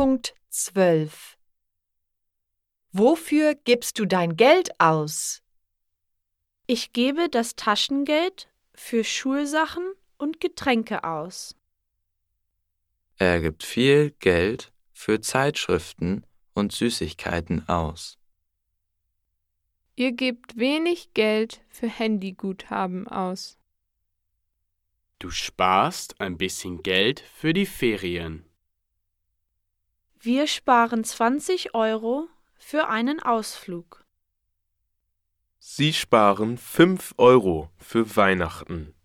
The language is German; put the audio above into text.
1.12 Wofür gibst du dein Geld aus? Ich gebe das Taschengeld für Schulsachen und Getränke aus. Er gibt viel Geld für Zeitschriften und Süßigkeiten aus. Ihr gebt wenig Geld für Handyguthaben aus. Du sparst ein bisschen Geld für die Ferien. Wir sparen 20 Euro für einen Ausflug. Sie sparen 5 Euro für Weihnachten.